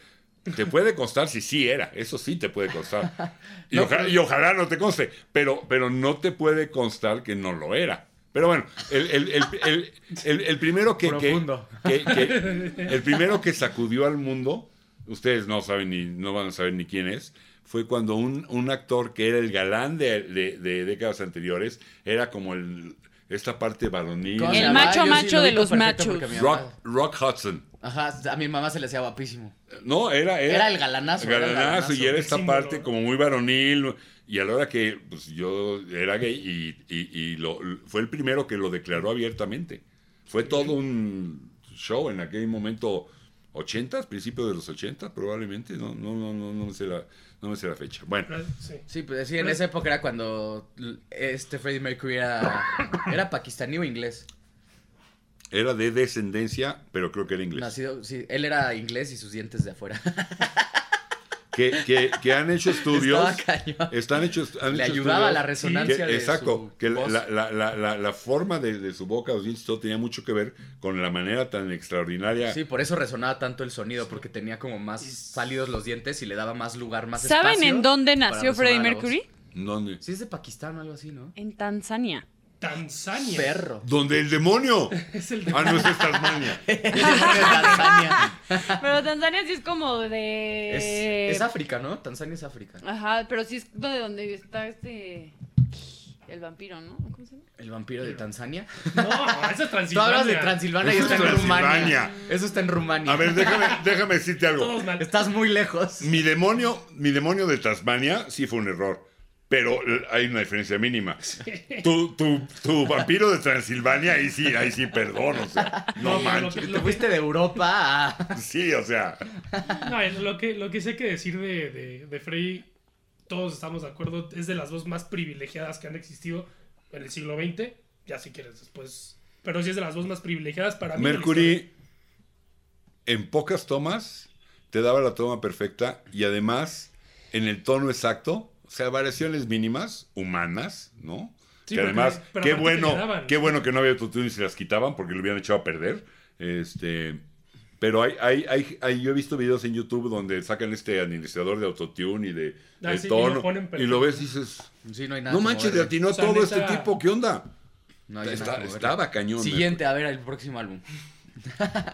Te puede constar si sí era, eso sí te puede
(laughs)
constar. Y,
No,
oja-
pero-
y ojalá no te conste, pero, pero no te puede constar que no lo era. Pero bueno, el, el- el- el- el- el primero que, que-
Profundo.
que- que- el primero que sacudió al mundo, ustedes no saben ni, no van a saber ni quién es, fue cuando un, un actor que era el galán de, de- de décadas anteriores, era como el esta parte varonil.
¿Cómo se
El
llama?
macho
Yo sí
macho
lo
de
ubico
los
perfecto
machos.
porque mi mamá-
Rock, Rock Hudson.
Ajá, a mi mamá se le hacía guapísimo.
No, era, era,
Era el galanazo, era el
Galanazo,
galanazo.
y era esta
Símbolo.
parte como muy varonil. Y a la hora que pues, yo era gay y, y- y lo, fue el primero que lo declaró abiertamente. Fue todo un show en aquel momento, 80, principios de los 80 probablemente. No, no, no, no, no, me, sé la, no me sé la fecha. Bueno,
Pero, Sí.
Sí, pues sí, en esa época era cuando l- este Freddie Mercury era, era pakistaní o inglés.
era de descendencia, pero creo que era inglés.
Nacido, sí, él era inglés y sus dientes de afuera.
Que, que- que han hecho estudios.
(laughs) Estaba cañón. (laughs)
Están hechos, han
Le
hecho
ayudaba
estudios.
la resonancia
Que-
de
exacto,
su
que
voz.
la, la- la- la- la forma de, de su boca, los dientes, todo tenía mucho que ver con la manera tan extraordinaria.
Sí, por eso resonaba tanto el sonido, porque tenía como más salidos los dientes y le daba más lugar, más espacio.
¿Saben en dónde
para
nació
resonar
Freddie
la voz.
Mercury?
¿Dónde?
Sí, es de Pakistán o algo así, ¿no?
En Tanzania.
Tanzania.
Perro.
¿Dónde el demonio?
Es el de... (laughs)
Ah, no, eso es Tasmania.
(laughs) Tanzania.
Pero Tanzania sí es como de.
Es, es África, ¿no? Tanzania es África.
Ajá, pero sí es donde, donde está este. El vampiro, ¿no? ¿Cómo se llama?
El vampiro de Tanzania.
No, esa es
Tú hablas de
Transilvania.
Transilvania y
Eso
está
es
en Rumania.
Transilvania.
Eso está en Rumania.
A ver, déjame, déjame decirte algo.
Todos mal.
Estás
(laughs)
muy lejos.
Mi demonio, mi demonio de Tasmania sí fue un error. Pero l- hay una diferencia mínima. Tu, tu, tu vampiro de Transilvania, ahí sí, ahí sí, perdón, o sea, no
No, pero lo
manches.
que-
Te fuiste de Europa a...
Sí, o sea,
No, es lo que, lo que sé que decir de, de, de Frey, todos estamos de acuerdo, es de las dos más privilegiadas que han existido en el siglo XX, ya si quieres después. Pero sí es de las dos más privilegiadas para mí. de la historia.
Mercury en pocas tomas te daba la toma perfecta y además en el tono exacto, o sea, variaciones mínimas, humanas, ¿no?
Sí,
que
porque-
además,
pero aparte
qué
te le
bueno,
daban.
qué bueno que no había autotune y se las quitaban porque lo hubieran echado a perder. Este, pero hay, hay, hay, hay- yo he visto videos en YouTube donde sacan este administrador de autotune y de
Ah,
del
sí, y lo
tono
ponen
y
perfecto.
lo ves y dices,
Sí, no hay nada
no
que
manches, le
moverle.
atinó
O sea,
todo
neta-
este tipo, ¿qué onda?
No hay nada
Está-
que moverle.
estaba cañón. ¿eh?
Siguiente, a ver, el próximo álbum.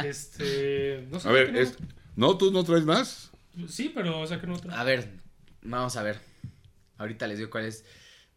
Este. No sé.
A ver,
creo-
es- ¿no? ¿Tú no traes más?
Sí, pero o sea que no otra.
A ver, vamos a ver. Ahorita les digo cuál es.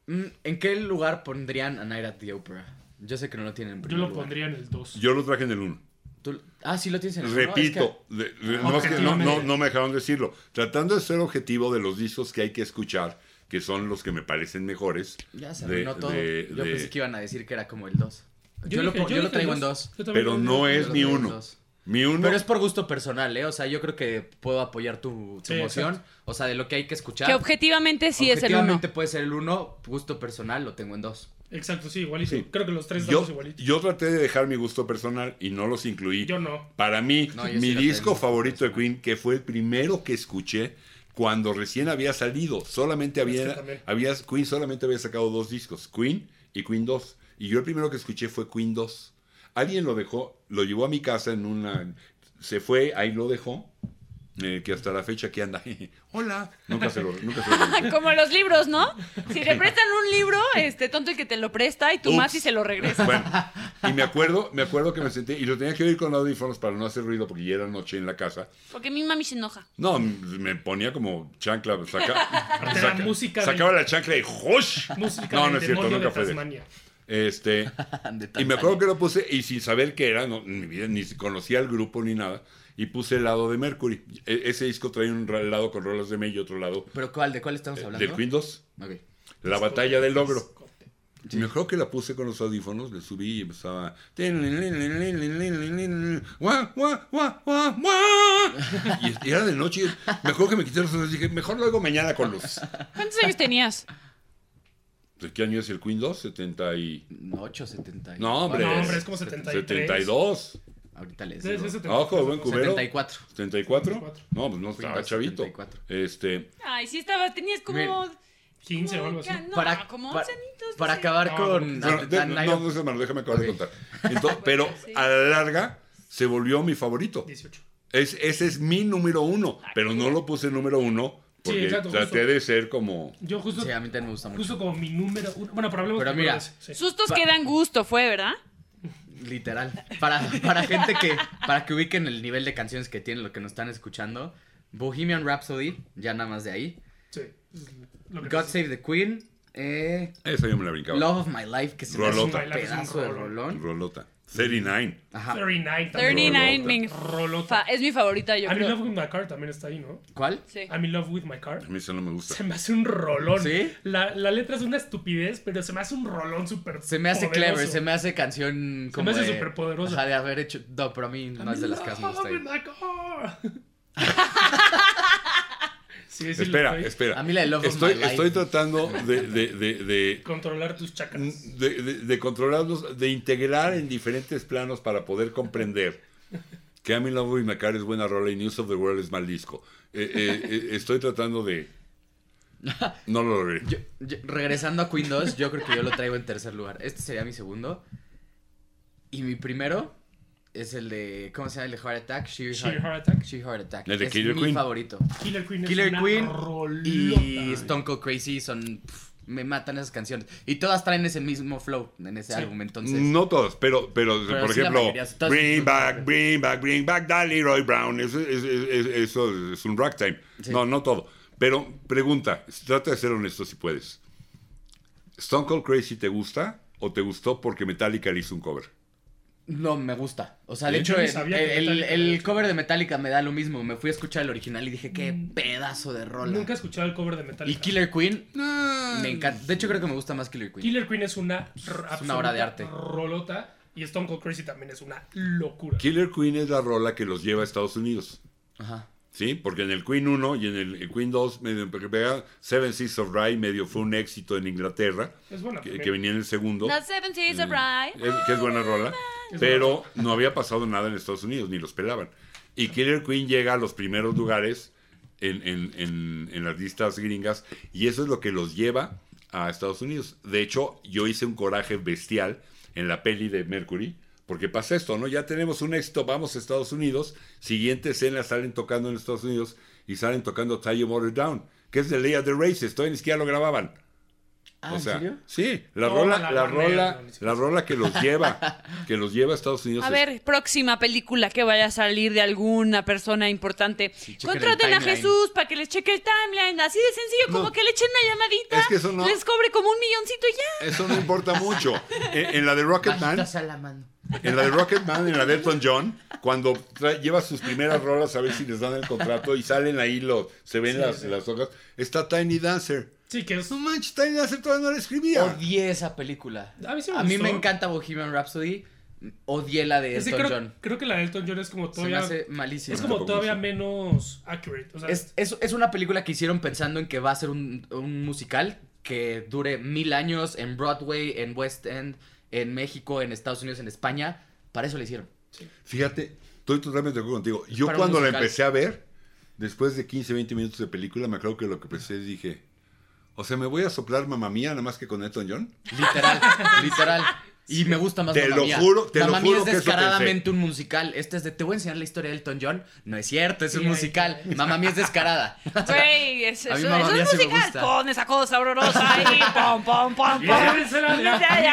Mm, ¿En qué lugar pondrían A Night at the Opera? Yo sé que no lo tienen en
Yo
primer
lo
lugar.
pondría en el 2.
Yo lo traje en el 1.
Tú- Ah, sí lo tienes en el uno, es que-
Repito, de- de- no, es que no,
Objetivamente.
no- no me dejaron decirlo. Tratando de ser objetivo de los discos que hay que escuchar, que son los que me parecen mejores.
Ya se
de-
arruinó todo.
de-
yo
de-
pensé que iban a decir que era como el 2. Yo, lo, po- yo lo traigo en 2.
pero no es
Yo
mi
lo doy en
uno.
dos.
Mi uno.
Pero es por gusto personal, ¿eh? O sea, yo creo que puedo apoyar tu, tu
Sí,
emoción.
exacto.
O sea, de lo que hay que escuchar.
Que objetivamente sí es el uno.
Objetivamente puede ser el 1, gusto personal lo tengo
(laughs)
en 2.
Exacto, sí, igualito.
Sí.
Creo que los tres
yo,
datos igualitos.
yo traté de dejar mi gusto personal y no los incluí.
Yo
(laughs)
no.
Para mí,
No, yo sí
mi
lo
disco
tengo.
favorito de Queen, que fue el primero que escuché cuando recién había salido, solamente
que
había,
también.
había- Queen solamente había sacado dos discos, Queen y Queen 2. Y yo el primero que escuché fue Queen 2. Alguien lo dejó, lo llevó a mi casa en una. Se fue, ahí lo dejó. eh, que hasta la fecha que anda. (laughs) Hola. Nunca se lo. Nunca se lo regresé.
Como los libros,
(laughs)
¿no? Si te prestan un libro, este tonto el que te lo presta y tú
Ups.
más y se lo regresa.
Bueno, y me acuerdo, me acuerdo que me senté y lo tenía que oír con audífonos para no hacer ruido porque ya era noche en la casa.
Porque mi mami se enoja.
No, m- me ponía como chancla, saca-
(laughs) Aparte era música del-
sacaba la chancla y ¡josh!
Música
No,
del
no es cierto,
demonio
nunca
de
fue de-
Tasmania.
Este, y me acuerdo que lo puse y sin saber qué era, no, ni, bien- ni conocía el grupo ni nada, y puse el lado de Mercury. E- ese disco traía un ra- lado con rolas de May y otro lado
¿Pero cuál? ¿De cuál estamos
eh,
hablando?
del Queen 2,
Ok.
La Batalla del Ogro. Y Me acuerdo que la puse con los audífonos, le subí y empezaba. "Guau, guau, guau, guau, guau". Y, y era de noche. y Me acuerdo que me quité los audífonos y dije, mejor lo hago mañana con luz.
¿Cuántos años tenías?
¿De qué año es el Queen 2? 70 y...
8, 70.
No, hombre.
No, hombre, es como 73.
72.
Ahorita les
Sí,
digo.
sí, 70.
Ojo, buen cubero.
74.
74.
74.
No, pues no estaba
72,
chavito.
74.
Este,
Ay, sí estabas, tenías como...
Mira,
15 o algo así.
No,
para,
como
para,
11 añitos.
para
no sé.
acabar
No,
con...
bueno, de-
Dan
no,
Iron-
no, no, hermano, déjame acabar de
Ok.
contar. Entonces, pero
sí.
a la larga se volvió mi favorito.
18.
Es, ese es mi número uno, pero no lo puse número uno porque
Sí, exacto,
traté
justo.
de ser como...
Yo justo,
Sí, a mí también me gusta mucho.
justo como mi número uno. Bueno, pero hablemos
Pero
primero
mira,
de ese, sí.
Sustos que dan gusto, fue, ¿verdad?
Literal. Para, para gente que... Para que ubiquen el nivel de canciones que tienen, lo que nos están escuchando. Bohemian Rhapsody, ya nada más de ahí.
Sí, es lo que
God
pasa.
Save the Queen. Eh,
Esa yo me la brincaba.
Love of My Life, que se me hace un
Rolota.
pedazo de rolón.
Rolota. 39.
Ajá.
39 también.
39 me
Rolota.
fa- es mi favorita, yo
I'm in
creo.
love with my car también está ahí, ¿no?
¿Cuál?
Sí.
I'm in love with my car.
A mí eso no me gusta.
Se me hace un rolón.
¿Sí?
La, la letra es una estupidez, pero se me hace un rolón súper.
Se me hace
poderoso.
clever, se me hace canción como
hace
de-
superpoderosa.
Ajá, de haber hecho... No, pero a mí no es de las que más me gusta.
I'm in love with my
(laughs)
car. Sí, sí,
Espera,
lo estoy-
espera.
A mí la de Love of
estoy,
My Life.
estoy tratando de, de, de- de-
Controlar tus chakras.
Mm,
de- de- de controlarlos, de integrar en diferentes planos para poder comprender que I'm in Love with My Car es buena rola y News of the World es mal disco. Eh, eh, eh, estoy tratando
(laughs)
de... No lo logré.
Yo- yo- regresando a Queen 2, yo creo que yo lo traigo en tercer lugar. Este sería mi segundo. Y mi primero es el de. ¿Cómo se llama? El de Heart Attack. Sheer
Sheer
Heart,
Heart Attack.
Sheer Heart Attack.
El de
es
Killer
mi
Queen.
favorito.
Killer Queen es
Killer
una
Queen
rolota.
y Stone Cold Crazy son. pf, me matan esas canciones. Y todas traen ese mismo flow en ese
Sí.
álbum. Entonces.
No todos, pero, pero,
Pero
por
sí la
ejemplo,
mayoría, todas-
Bring Back, Bring Back, Bring Back, Dale Roy Brown, eso es, es- es- eso es un ragtime.
Sí.
No, no todo. Pero pregunta, trata de ser honesto si puedes. ¿Stone Cold Crazy te gusta o te gustó porque Metallica le hizo un cover?
No, me gusta. O sea, de
Yo
hecho,
ni
el,
sabía que
el-
Metallica
el
había hecho.
cover de Metallica me da lo mismo. Me fui a escuchar el original y dije, qué pedazo de rola.
Mm. Nunca he escuchado el cover de Metallica.
Y Killer Queen,
No.
me encanta. De hecho, creo que me gusta más Killer Queen.
Killer Queen es una, r- absoluta
obra de arte.
Rolota. Y Stone Cold Crazy también es una locura.
Killer Queen es la rola que los lleva a Estados Unidos.
Ajá.
Sí, porque en el Queen 1 y en el el Queen 2, medio, porque pega Seven Seas of Rye medio fue un éxito en Inglaterra,
Es buena
que,
también.
que venía en el segundo.
The Seven Seas of Rye.
Es- que es buena rola,
Es
pero no había pasado nada en Estados Unidos, ni los pelaban. Y Killer Queen llega a los primeros lugares en, en- en- en las listas gringas y eso es lo que los lleva a Estados Unidos. De hecho, yo hice un coraje bestial en la peli de Mercury. Porque pasa esto, ¿no? Ya tenemos un éxito, vamos a Estados Unidos, siguiente escena salen tocando en Estados Unidos y salen tocando Tie Your Motor Down, que es de Lea de Races, todavía ni siquiera lo grababan.
Ah,
O
¿en
sea,
serio?
Sí, la
No,
rola,
la
la
Warner,
rola,
no, ni siquiera.
la rola que los
(laughs)
lleva, que los lleva a Estados Unidos.
A
es-
ver, próxima película que vaya a salir de alguna persona importante.
chequen el
Contraten a
timeline.
Jesús para que les cheque el timeline. Así de sencillo, como
No.
que le echen una llamadita.
Es que eso no-
Les cobre como un milloncito y ya.
eso no importa mucho. En, en la de Rocketman,
Bajita sea la mano.
en la de Rocketman, en la de Elton John, cuando tra- lleva sus primeras rolas a ver si les dan el contrato y salen ahí los, se ven
Sí,
las,
sí.
las hojas, está Tiny Dancer.
Sí, que es
No manches, Tiny Dancer todavía no la escribía.
Odié esa película.
A mí sí me gustó.
me encanta Bohemian Rhapsody. Odié la de
Es que
Elton
creo,
John.
creo que la de Elton John es como
Se me
todavía.
hace malísima.
es como
Tampoco
todavía
mucho.
menos accurate. O sea, (laughs)
Es, es- es una película que hicieron pensando en que va a ser un, un musical que dure mil años en Broadway, en West End, en México, en Estados Unidos, en España. Para eso la hicieron.
Fíjate, estoy totalmente de acuerdo contigo. Yo
Para un
cuando la
musical.
empecé a ver, después de 15, 20 minutos de película, me acuerdo que lo que pensé
(laughs)
es, dije, o sea, me voy a soplar mamá mía, nada más que con Elton John.
Literal, literal. Y me gusta más
Te
Mamma
lo
Mía.
juro, te
Mamma
lo
Mía
juro que
es
eso pensé.
descaradamente un musical. Este es de te voy a enseñar la historia de Elton John. No es cierto, es
Sí,
un
ahí-
musical. Mamá mía
(laughs)
es descarada.
Güey, es,
A mí
eso,
Mamma
eso
Mía
es
sí me
musical.
gusta.
Pon esa cosa
(laughs)
horrorosa ahí. Pom, pom, pom, pom.
Llévensela de
Quítate de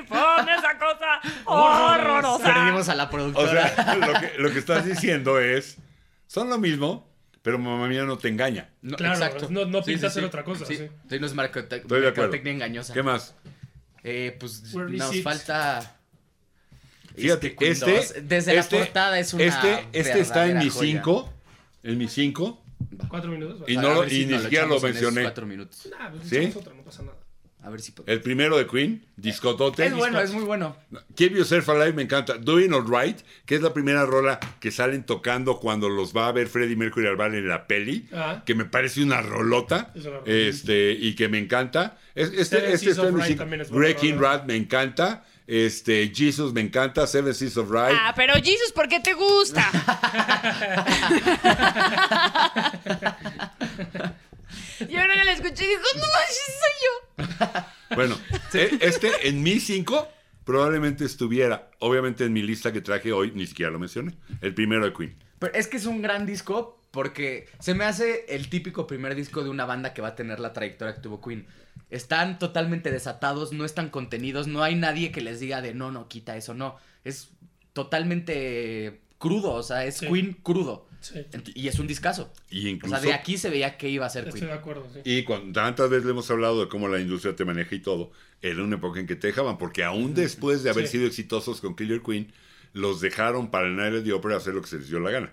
aquí. Pon esa cosa horrorosa.
Perdimos a la
O
productora.
sea, (laughs) lo que, lo que estás diciendo es, son lo mismo, pero mamá mía no te engaña.
No,
Claro, no- no pinta hacer otra cosa,
Sí,
sí.
Sí, no es marcote-
Estoy de acuerdo.
mercadotecnia engañosa.
¿Qué más?
Eh, pues
Where is
nos
it?
falta.
Fíjate,
Queen
este,
dos. Desde
este-
la portada es una.
Este, este está en
verdadera
mi
joya.
5, en mi 5,
Cuatro minutos.
Y
A
no lo-
ver si
y ni
nos
siquiera
echamos
lo
en esos
mencioné.
Cuatro minutos.
Nah, pues,
¿Sí?
echamos otra, no pasa nada.
A ver si podemos.
el primero de Queen, discotote.
Es bueno, es muy bueno.
Keep Yourself Alive me encanta. Doing All Right, que es la primera rola que salen tocando cuando los va a ver Freddie Mercury al bar en la peli,
Ajá.
que me parece una rolota,
Es una rolota.
este, y que me encanta. Es- este
Seven
este
Seas
está
of
en mi
Right
cinco.
también es buena
Wrecking
rola.
Rat me encanta, este, Jesus me encanta, Seven Seas of Right.
Ah, pero Jesus, ¿por qué te gusta? Yo ahora que la escuché y dijo, no manches, soy yo.
Bueno, e- este en mi 5 probablemente estuviera. Obviamente en mi lista que traje hoy ni siquiera lo mencioné. El primero de Queen.
Pero es que es un gran disco porque se me hace el típico primer disco de una banda que va a tener la trayectoria que tuvo Queen. Están totalmente desatados, no están contenidos, no hay nadie que les diga de no, no, quita eso, no. Es totalmente crudo, o sea, es
Sí.
Queen crudo.
Sí,
Ent- Y es un discazo.
Y
O
incluso.
sea, de aquí se veía que iba a ser
estoy de
Queen.
acuerdo. Sí.
Y cuando tantas veces le hemos hablado de cómo la industria te maneja y todo, era una época en que te dejaban, porque aún después de haber
Sí.
sido exitosos con Killer Queen, los dejaron para el Night de Opera hacer lo que se les dio la gana.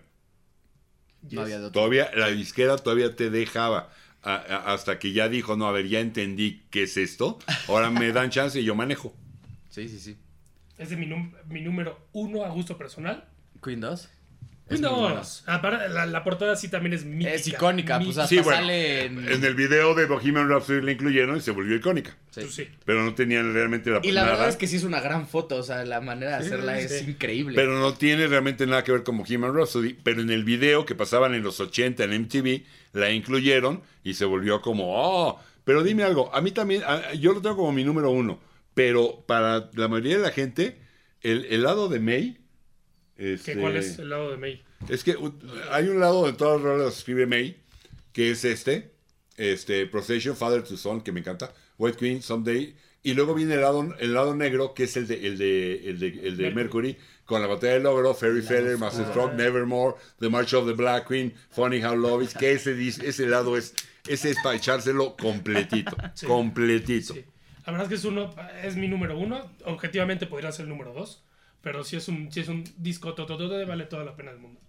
No había de otro.
Todavía, la disquera todavía te dejaba. a- a- hasta que ya dijo, no, a ver, ya entendí qué es esto, ahora me dan chance y yo manejo.
Sí, sí, sí.
Es de mi, num- mi número uno a gusto personal.
Queen 2.
No, aparte, la, la portada sí también es mítica.
Es icónica, pues
Mítica.
hasta
Sí, bueno,
sale en-
En el video de Bohemian Rhapsody la incluyeron y se volvió icónica.
Sí.
Pues sí.
Pero no tenían realmente la
Y la
nada,
verdad es que sí es una gran foto, o sea, la manera de hacerla
sí,
es
sí.
increíble.
Pero no tiene realmente nada que ver con Bohemian Rhapsody. Pero en el video que pasaban en los 80 en MTV, la incluyeron y se volvió como, oh, pero dime algo, a mí también, a- yo lo tengo como mi número uno, pero para la mayoría de la gente, el, el lado de May...
¿Qué,
este,
¿Cuál es el lado de May?
es que uh, hay un lado de todas las rolas que escribe May, que es este, este, Procession, Father to Son, que me encanta, White Queen, Someday, y luego viene el lado, el lado negro, que es el de, el de, el de, el de Mercury, con la batalla del logro, Fairy Feather, Master Stroke, Nevermore, The March of the Black Queen, Funny How Love Is, que ese, dis- ese lado es, ese es para echárselo
(laughs)
completito, completito.
Sí. La verdad es que es, uno, es mi número uno. Objetivamente podría ser el número dos. Pero sí es un, sí es un disco tototote, vale toda la pena del mundo.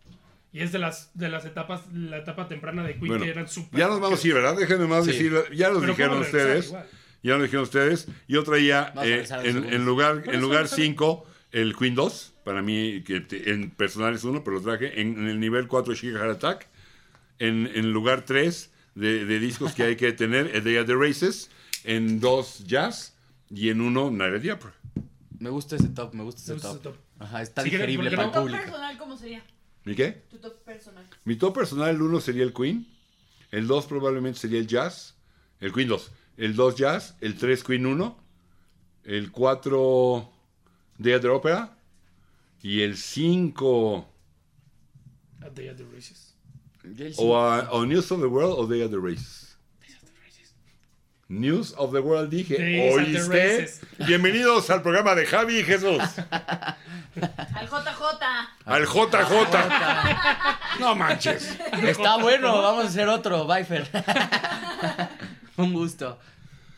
Y es de las, de las etapas, la etapa temprana de Queen
Bueno,
que eran súper.
ya nos vamos a ir, ¿verdad? Déjenme más
Sí.
decir, ya los
Pero
dijeron
¿cómo regresar?
ustedes.
Igual.
Ya lo dijeron ustedes. Yo traía
Vamos a
eh,
regresar al
en,
segundo.
en lugar
Bueno,
en lugar
está bien,
5 el Queen 2, para mí que te- en personal es uno, pero lo traje en, en el nivel 4 Sugar Heart Attack, en, en lugar 3 de, de discos que hay que tener, A Day at the Races, en 2 Jazz y en 1 Night at the Opera.
Me gusta ese top, me gusta ese
Me gusta
top.
ese top.
Ajá, está
Si quieren, ¿por
digerible
qué
para el
no?
público.
cómo sería?
¿Mi qué?
Tu top personal.
Mi top personal el 1 sería el Queen, el 2 probablemente sería el Jazz, el Queen 2, el 2 Jazz, el 3 Queen 1, el 4 Day at the Opera y el 5
A Day at the Races.
o, a- o News of the World o Day at the Races. News of the World dije,
Days at the
¿oíste?
Races.
Bienvenidos al programa de Javi y Jesús,
Al JJ.
al JJ. No manches.
Está bueno, vamos a hacer otro, Viper. (laughs) Un gusto.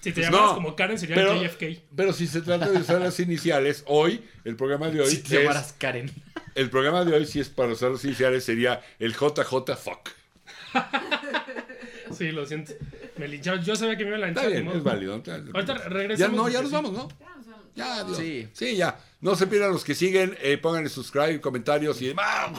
Si te
Pues
llamas
no,
como Karen, sería
Pero,
JFK.
pero si se trata de usar las iniciales, hoy, el programa de hoy
Si te
es-
llamaras Karen.
El programa de hoy, si es para usar los iniciales, sería el JJ Fuck.
Sí, lo siento. Me lincharon. Yo sabía que me iba a
Está
lanchar.
bien,
ni modo.
es válido. Está-
Ahorita
Ya
regresamos.
no, ya
porque
nos
sí.
vamos, ¿no? Ya, adiós.
Sí.
Sí. ya. No se pierdan los que siguen, eh, pónganle subscribe, comentarios y demás.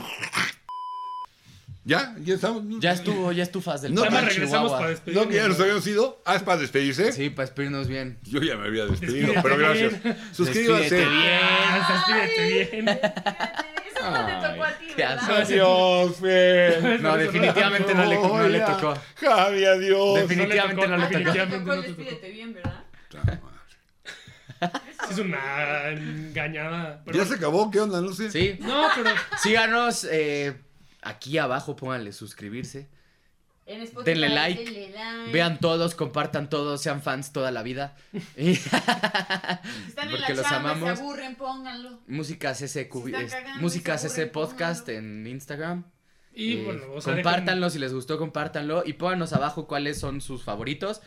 ¿Ya? ¿Ya estamos?
Ya estuvo, ya estufas del
No,
Ya
Parque
más
Chihuahua.
regresamos para
¿No
despedirnos.
que ya nos habíamos ido? ¿Ah, es para despedirse?
Sí, para despedirnos bien.
Yo ya me había despedido,
Despídete
pero
bien.
gracias. Suscríbanse.
Despídete bien.
Ah, despídete (laughs) bien.
Eso no te tocó a ti,
qué
¿verdad?
asco.
Adiós, Fer.
No, definitivamente no le, no le
Hola.
tocó.
Javi, adiós.
Definitivamente
No le tocó,
no le tocó.
definitivamente
Tocó el
no te tocó.
despídete bien, ¿verdad?
Puta madre.
Eso
Sí, es una engañada. pero
Ya
bueno.
se acabó, ¿qué onda? No sé.
Sí.
No, pero
Síganos eh, aquí abajo, pónganle suscribirse.
En Spotify,
Denle like,
denle like.
Vean todos, compartan todos, sean fans toda la vida. Y-
Si están
porque
en
los
la chamba, y
amamos.
se aburren, pónganlo.
Música CC,
Si está cagando,
música
seguro,
CC
y
Podcast
pónganlo.
en Instagram.
y
Eh,
bueno, o sea, dejen-
compártanlo si les gustó, compártanlo. Y pónganos abajo cuáles son sus favoritos.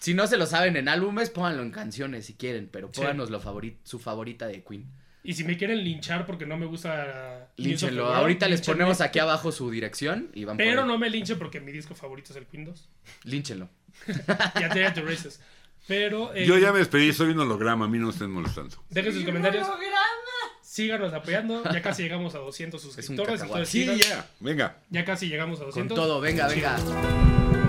Si no se lo saben en álbumes, pónganlo en canciones si quieren, pero
Sí.
pónganos lo favori- su favorita de Queen.
Y si me quieren linchar porque no me gusta. News of the
Línchenlo.
World,
Ahorita les
línchenme.
ponemos aquí abajo su dirección y van por
Pero
ahí.
no me linchen porque mi disco favorito es el Queen 2.
Línchenlo.
Ya te ya te races. Pero. eh,
(laughs) Yo ya me despedí, soy un holograma, a mí no me estén molestando.
Dejen sus
Sí,
comentarios.
holograma.
Síganos
(laughs)
apoyando. Ya casi llegamos a 200 suscriptores. entonces
cacahuate.
Sí,
sigan-
ya. Venga.
Ya casi llegamos a
Con
200.
todo, venga, venga.
Sí.